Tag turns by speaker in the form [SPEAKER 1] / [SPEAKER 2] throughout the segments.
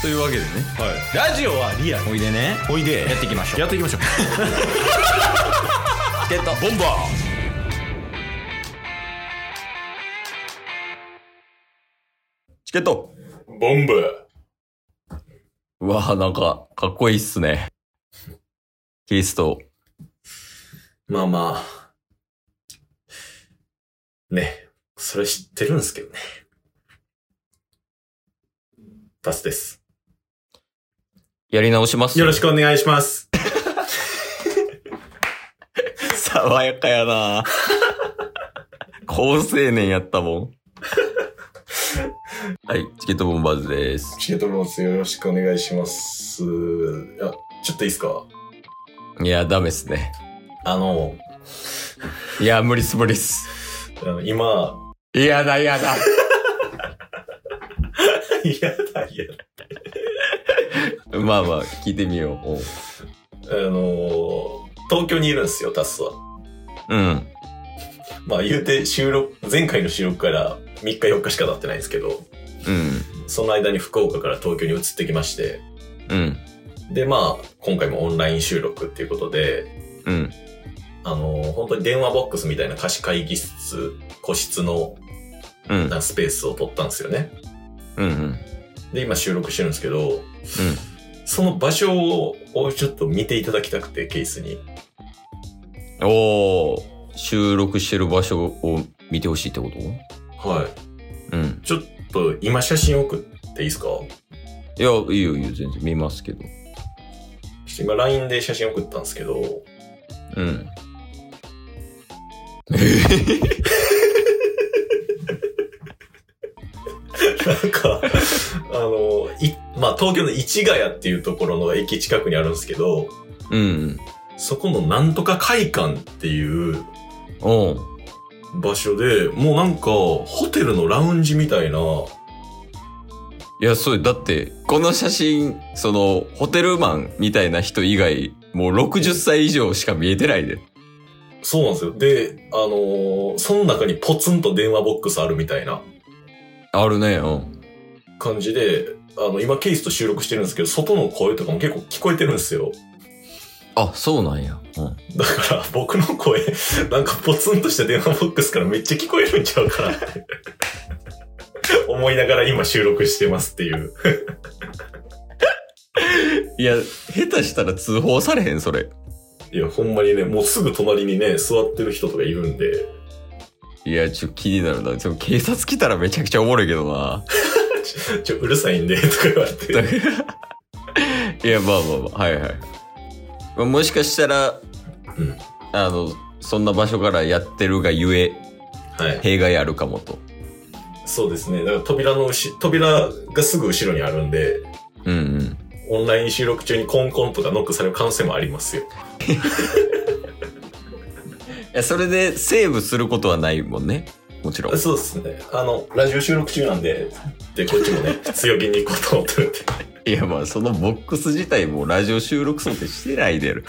[SPEAKER 1] というわけでね
[SPEAKER 2] はい、ラジオはリアル
[SPEAKER 1] おいでね
[SPEAKER 2] おいで
[SPEAKER 1] やっていきましょう
[SPEAKER 2] やっていきましょう
[SPEAKER 1] ゲット
[SPEAKER 2] ボンバ
[SPEAKER 1] チケット
[SPEAKER 2] ーボンバー
[SPEAKER 1] うわぁ、なんか、かっこいいっすね。キリスト。
[SPEAKER 2] まあまあ。ね。それ知ってるんですけどね。タスです。
[SPEAKER 1] やり直します
[SPEAKER 2] よろしくお願いします。
[SPEAKER 1] く。爽やかやなぁ高青年やったもん。はい、チケットボンバーズです。
[SPEAKER 2] チケットローズよろしくお願いします。あ、ちょっといいですか
[SPEAKER 1] いや、ダメっすね。
[SPEAKER 2] あの、
[SPEAKER 1] いや、無理っす無理っす。
[SPEAKER 2] あの今、
[SPEAKER 1] いやだ、いやだ。
[SPEAKER 2] いやだいやだ。
[SPEAKER 1] まあまあ、聞いてみよう。
[SPEAKER 2] あの、東京にいるんですよ、タスは。
[SPEAKER 1] うん。
[SPEAKER 2] まあ言うて収録、前回の収録から3日4日しか経ってないんですけど、
[SPEAKER 1] うん。
[SPEAKER 2] その間に福岡から東京に移ってきまして、
[SPEAKER 1] うん。
[SPEAKER 2] で、まあ、今回もオンライン収録っていうことで、
[SPEAKER 1] うん。
[SPEAKER 2] あの、本当に電話ボックスみたいな貸し会議室、個室の
[SPEAKER 1] うん。
[SPEAKER 2] なスペースを取ったんですよね。
[SPEAKER 1] うん。うん。
[SPEAKER 2] で、今収録してるんですけど、その場所をちょっと見ていただきたくて、ケースに。
[SPEAKER 1] おー。収録してる場所を見てほしいってこと
[SPEAKER 2] はい。
[SPEAKER 1] うん。
[SPEAKER 2] ちょっと今写真送っていいですか
[SPEAKER 1] いや、いいよ、いいよ、全然見ますけど。
[SPEAKER 2] ちょっと今 LINE で写真送ったんですけど、
[SPEAKER 1] うん。
[SPEAKER 2] なんか、あの、い、まあ、東京の市ヶ谷っていうところの駅近くにあるんですけど、
[SPEAKER 1] うん。
[SPEAKER 2] そこのなんとか会館っていう
[SPEAKER 1] おう
[SPEAKER 2] 場所で、もうなんか、ホテルのラウンジみたいな、
[SPEAKER 1] いや、そう、だって、この写真、その、ホテルマンみたいな人以外、もう60歳以上しか見えてないで。
[SPEAKER 2] そうなんですよ。で、あのーその中にポツンと電話ボックスあるみたいな
[SPEAKER 1] あるね、うん。
[SPEAKER 2] 感じで、あの、今ケースと収録してるんですけど、外の声とかも結構聞こえてるんですよ。
[SPEAKER 1] あ、そうなんや。うん。
[SPEAKER 2] だから 僕の声、なんかポツンとした電話ボックスからめっちゃ聞こえるんちゃうかなって 思いながら今収録してますっていう。
[SPEAKER 1] いや、下手したら通報されへん、それ。
[SPEAKER 2] いや、ほんまにね、もうすぐ隣にね、座ってる人とかいるんで、
[SPEAKER 1] いや、ちょっと気になるな。でも警察来たらめちゃくちゃおもろいけどな。
[SPEAKER 2] ちょ、ちょ、うるさいんで、とか言われて。
[SPEAKER 1] だからいや、まあまあまあ、はいはい。まあもしかしたら、
[SPEAKER 2] うん
[SPEAKER 1] あの、そんな場所からやってるがゆえ、
[SPEAKER 2] はい。
[SPEAKER 1] 弊害あるかもと。
[SPEAKER 2] そうですね。だから扉の後、扉がすぐ後ろにあるんで、
[SPEAKER 1] うんうん。
[SPEAKER 2] オンライン収録中にコンコンとかノックされる可能性もありますよ。
[SPEAKER 1] いや、それでセーブすることはないもんね。もちろん。
[SPEAKER 2] そうですね。あの、ラジオ収録中なんで、で、こっちも ね、強気に行こうと思ってるんで。
[SPEAKER 1] いや、まあ、そのボックス自体もラジオ収録想定してないでる。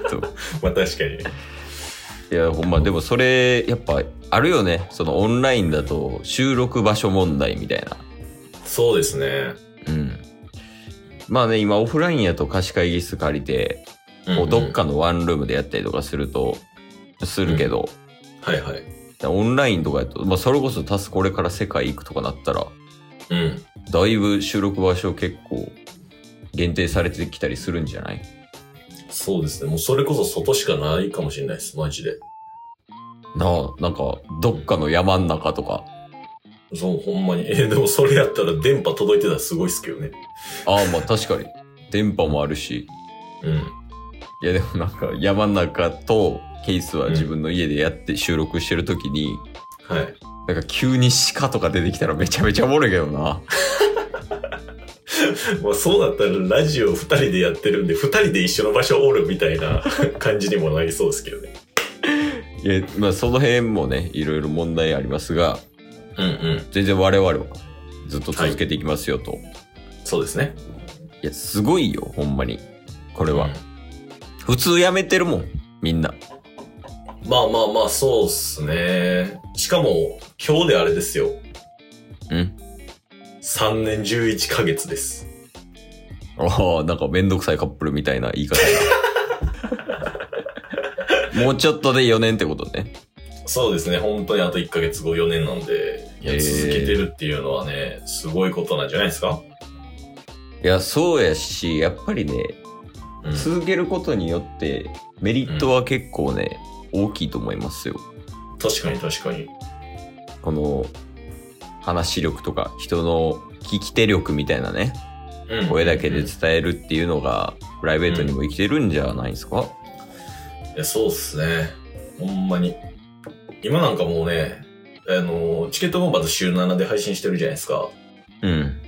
[SPEAKER 2] まあ確かに。
[SPEAKER 1] いや、ほんま、でもそれ、やっぱ、あるよね。そのオンラインだと収録場所問題みたいな。
[SPEAKER 2] そうですね。
[SPEAKER 1] うん。まあね、今オフラインやと貸し会議室借りて、
[SPEAKER 2] うんうん
[SPEAKER 1] もうどっ。かのワンルームでやったりとかすると、するけど、
[SPEAKER 2] はいはい。
[SPEAKER 1] オンラインとかやと、まあ、それこそタスこれから世界行くとかなったら、
[SPEAKER 2] うん。
[SPEAKER 1] だいぶ収録場所結構限定されてきたりするんじゃない
[SPEAKER 2] そうですね。もうそれこそ外しかないかもしれないです。マジで。
[SPEAKER 1] なあ、なんか、どっかの山ん中とか。
[SPEAKER 2] そう、ほんまに。え、でもそれやったら電波届いてたらすごいっすけどね。
[SPEAKER 1] ああ、まあ確かに。電波もあるし。
[SPEAKER 2] うん。
[SPEAKER 1] いやでもなんか、山ん中とケースは自分の家でやって収録してる時に、
[SPEAKER 2] はい。
[SPEAKER 1] なんか急に鹿とか出てきたらめちゃめちゃおもろいけどな。
[SPEAKER 2] まあそうだったらラジオ2人でやってるんで2人で一緒の場所おるみたい な感じにもなりそうですけどね。
[SPEAKER 1] いや、まあその辺もね、いろいろ問題ありますが、
[SPEAKER 2] うんうん。
[SPEAKER 1] 全然我々はずっと続けていきますよと。い、
[SPEAKER 2] そうですね。
[SPEAKER 1] や、すごいよ、ほんまに。これ
[SPEAKER 2] で
[SPEAKER 1] は。普通やめてるもん、みんな。
[SPEAKER 2] まあまあまあそうっすね。しかも今日であれですよ。
[SPEAKER 1] うん。
[SPEAKER 2] 3年11ヶ月です。
[SPEAKER 1] ああ、なんかめんどくさいカップルみたいな言い方 やもうちょっとで4年ってことね。
[SPEAKER 2] そうですね、本当にあと1ヶ月後4年なんで、いや、
[SPEAKER 1] えー
[SPEAKER 2] 続けてるっていうのはね、すごいことなんじゃないですか、
[SPEAKER 1] いや、そうやし、やっぱりね、
[SPEAKER 2] うん、
[SPEAKER 1] 続けることによってメリットは結構ね、大きいと思いますよ。
[SPEAKER 2] 確かに確かに。
[SPEAKER 1] この、話し力とか、人の聞き手力みたいなね、
[SPEAKER 2] うん
[SPEAKER 1] 声だけ
[SPEAKER 2] う
[SPEAKER 1] で
[SPEAKER 2] んい
[SPEAKER 1] 伝えるっていうのが、プライベートにも生きてるんじゃないですか、
[SPEAKER 2] やそうっすね。ほんまに。今なんかもうね、あの、チケットボンバーズ週7で配信してるじゃないですか。
[SPEAKER 1] うん。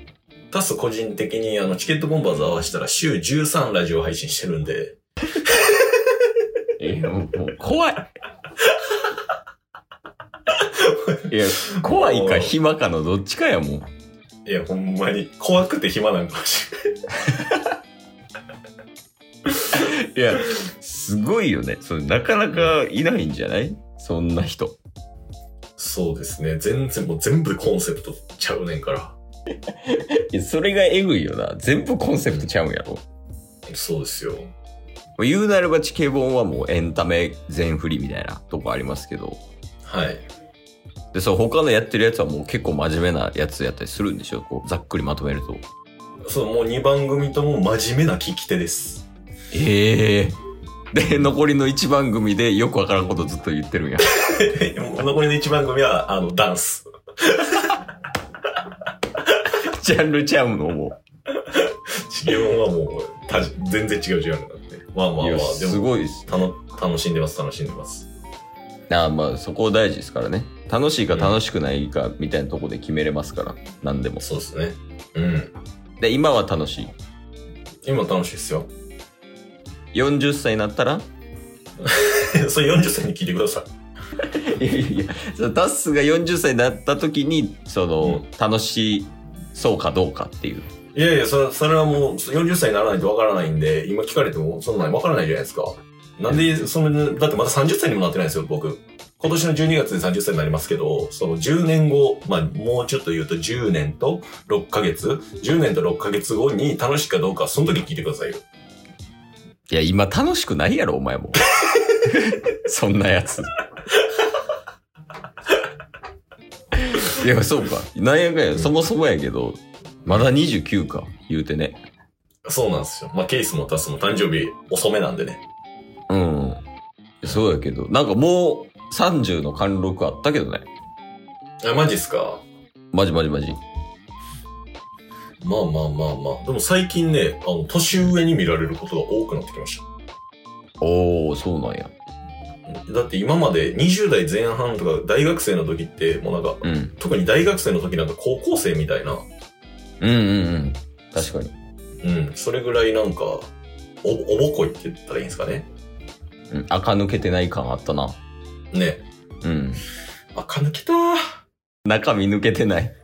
[SPEAKER 2] タス個人的にあの、チケットボンバーズ合わせたら週13ラジオ配信してるんで、
[SPEAKER 1] いや、もうもう怖い。いや、怖いか暇かのどっちかやもん。
[SPEAKER 2] いや、ほんまに怖くて暇なんかもしれない。
[SPEAKER 1] いや、すごいよね。それなかなかいないんじゃないそんな人。
[SPEAKER 2] そうですね。全然もう全部コンセプトちゃうねんから。
[SPEAKER 1] いやそれがえぐいよな。全部コンセプトちゃうんやろ。
[SPEAKER 2] そうですよ。
[SPEAKER 1] 言うなれば地形本はもうエンタメ全振りみたいなとこありますけど。
[SPEAKER 2] はい。
[SPEAKER 1] で、そう、他のやってるやつはもう結構真面目なやつやったりするんでしょこう、ざっくりまとめると。
[SPEAKER 2] そう、もう2番組とも真面目な聞き手です。
[SPEAKER 1] ええで、残りの1番組でよくわからんことずっと言ってるんや。
[SPEAKER 2] 残りの1番組は、あの、ダンス。
[SPEAKER 1] ジャンルちゃうのもう。
[SPEAKER 2] チケモンはもう、た全然違うジャンルなんで。まあまあ
[SPEAKER 1] いや、
[SPEAKER 2] まあ、ですも、
[SPEAKER 1] ごいです。
[SPEAKER 2] たの楽しんでます、楽しんでます。
[SPEAKER 1] ああまあ、そこ大事ですからね。楽しいか楽しくないかみたいなとこで決めれますから、何でも。
[SPEAKER 2] そうですね。うん。
[SPEAKER 1] で、今は楽しい。
[SPEAKER 2] 今楽しいですよ。
[SPEAKER 1] 40歳になったら
[SPEAKER 2] それ40歳に聞いてください。
[SPEAKER 1] いやいやいや、そのタッスが40歳になった時に、その、楽しそうかどうかっていう。
[SPEAKER 2] いやいや、それそれはもう40歳にならないとわからないんで、今聞かれてもそんなにわからないじゃないですか。なんで、その、だってまだ30歳にもなってないんですよ、僕。今年の12月で30歳になりますけど、その10年後、まあもうちょっと言うと10年と6ヶ月、10年と6ヶ月後に楽しいかどうか、その時聞いてくださいよ。
[SPEAKER 1] いや、今楽しくないやろ、お前も。 そんなやつ。いや、そうか。なんやかんや、そもそもやけど、まだ29か、言うてね。
[SPEAKER 2] そうなんですよ。まあケースもタスも誕生日遅めなんでね。
[SPEAKER 1] うん。そうやけど、なんかもう30の貫禄あったけどね。
[SPEAKER 2] あ、マジっすか
[SPEAKER 1] マジマジマジ。
[SPEAKER 2] まあまあまあまあ。でも最近ね、あの、年上に見られることが多くなってきました。
[SPEAKER 1] おー、そうなんや。
[SPEAKER 2] だって今まで20代前半とか大学生の時ってもうなんか
[SPEAKER 1] うん。
[SPEAKER 2] 特に大学生の時なんか高校生みたいな
[SPEAKER 1] うんうんうん。確かに。
[SPEAKER 2] うんそれぐらいなんかおおぼこいって言ったらいいんですかね
[SPEAKER 1] うん。垢抜けてない感あったな。
[SPEAKER 2] ね
[SPEAKER 1] うん。
[SPEAKER 2] あか抜けたー
[SPEAKER 1] 中身抜けてない。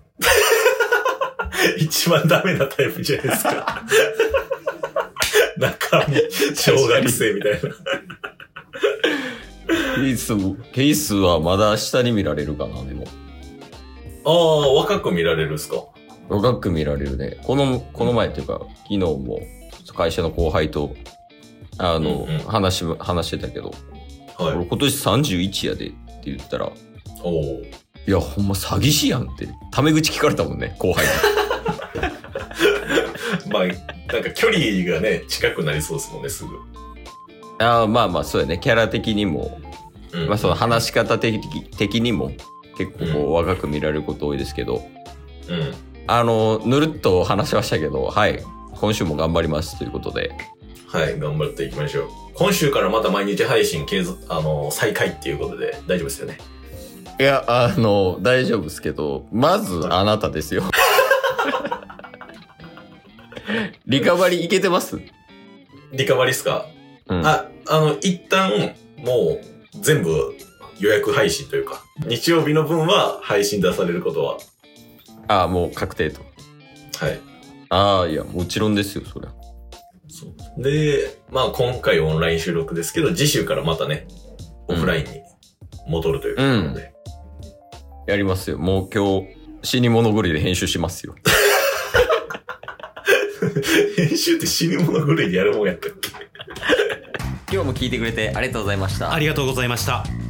[SPEAKER 2] 一番ダメなタイプじゃないですか 中身小学生みたいな
[SPEAKER 1] ケース、ケースはまだ下に見られるかな、でも。
[SPEAKER 2] ああ若く見られるっすか
[SPEAKER 1] 若く見られるね。この、この前っていうか、昨日も会社の後輩と、あの、
[SPEAKER 2] うんうん
[SPEAKER 1] 話し、話してたけど、
[SPEAKER 2] はい
[SPEAKER 1] 俺今年31やでって言ったら、
[SPEAKER 2] おおー
[SPEAKER 1] いや、ほんま詐欺師やんって、タメ口聞かれたもんね、後輩 に。
[SPEAKER 2] まあなんか距離がね近くなりそうですもんねすぐ
[SPEAKER 1] ああ、まあまあ、そうやね。キャラ的にも、
[SPEAKER 2] うん
[SPEAKER 1] まあその話し方的的にも、結構こ
[SPEAKER 2] う
[SPEAKER 1] う若く見られること多いですけど、
[SPEAKER 2] うん
[SPEAKER 1] あの、ぬるっと話しましたけど、はい、今週も頑張りますということで、
[SPEAKER 2] はい、頑張っていきましょう。今週からまた毎日配信継続、あの、再開っていうことで大丈夫ですよね。
[SPEAKER 1] いや、あの、大丈夫ですけど、まずあなたです よ。リカバリーいけてます
[SPEAKER 2] リカバリーっすか、
[SPEAKER 1] うん
[SPEAKER 2] あ、あの、一旦、もう、全部予約配信というか、日曜日の分は配信出されることは、
[SPEAKER 1] ああ、もう確定と。
[SPEAKER 2] はい。
[SPEAKER 1] ああ、いや、もちろんですよ、そりゃ。
[SPEAKER 2] そうで、まあ今回オンライン収録ですけど、次週からまたね、オフラインに戻るということなので、
[SPEAKER 1] やりますよ。もう今日、死に物狂いで編集しますよ。
[SPEAKER 2] 編
[SPEAKER 3] 週って死に物狂いでやるもんやったっけ
[SPEAKER 1] 今日も聞いてくれてありがとうございました
[SPEAKER 2] ありがとうございました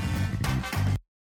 [SPEAKER 2] す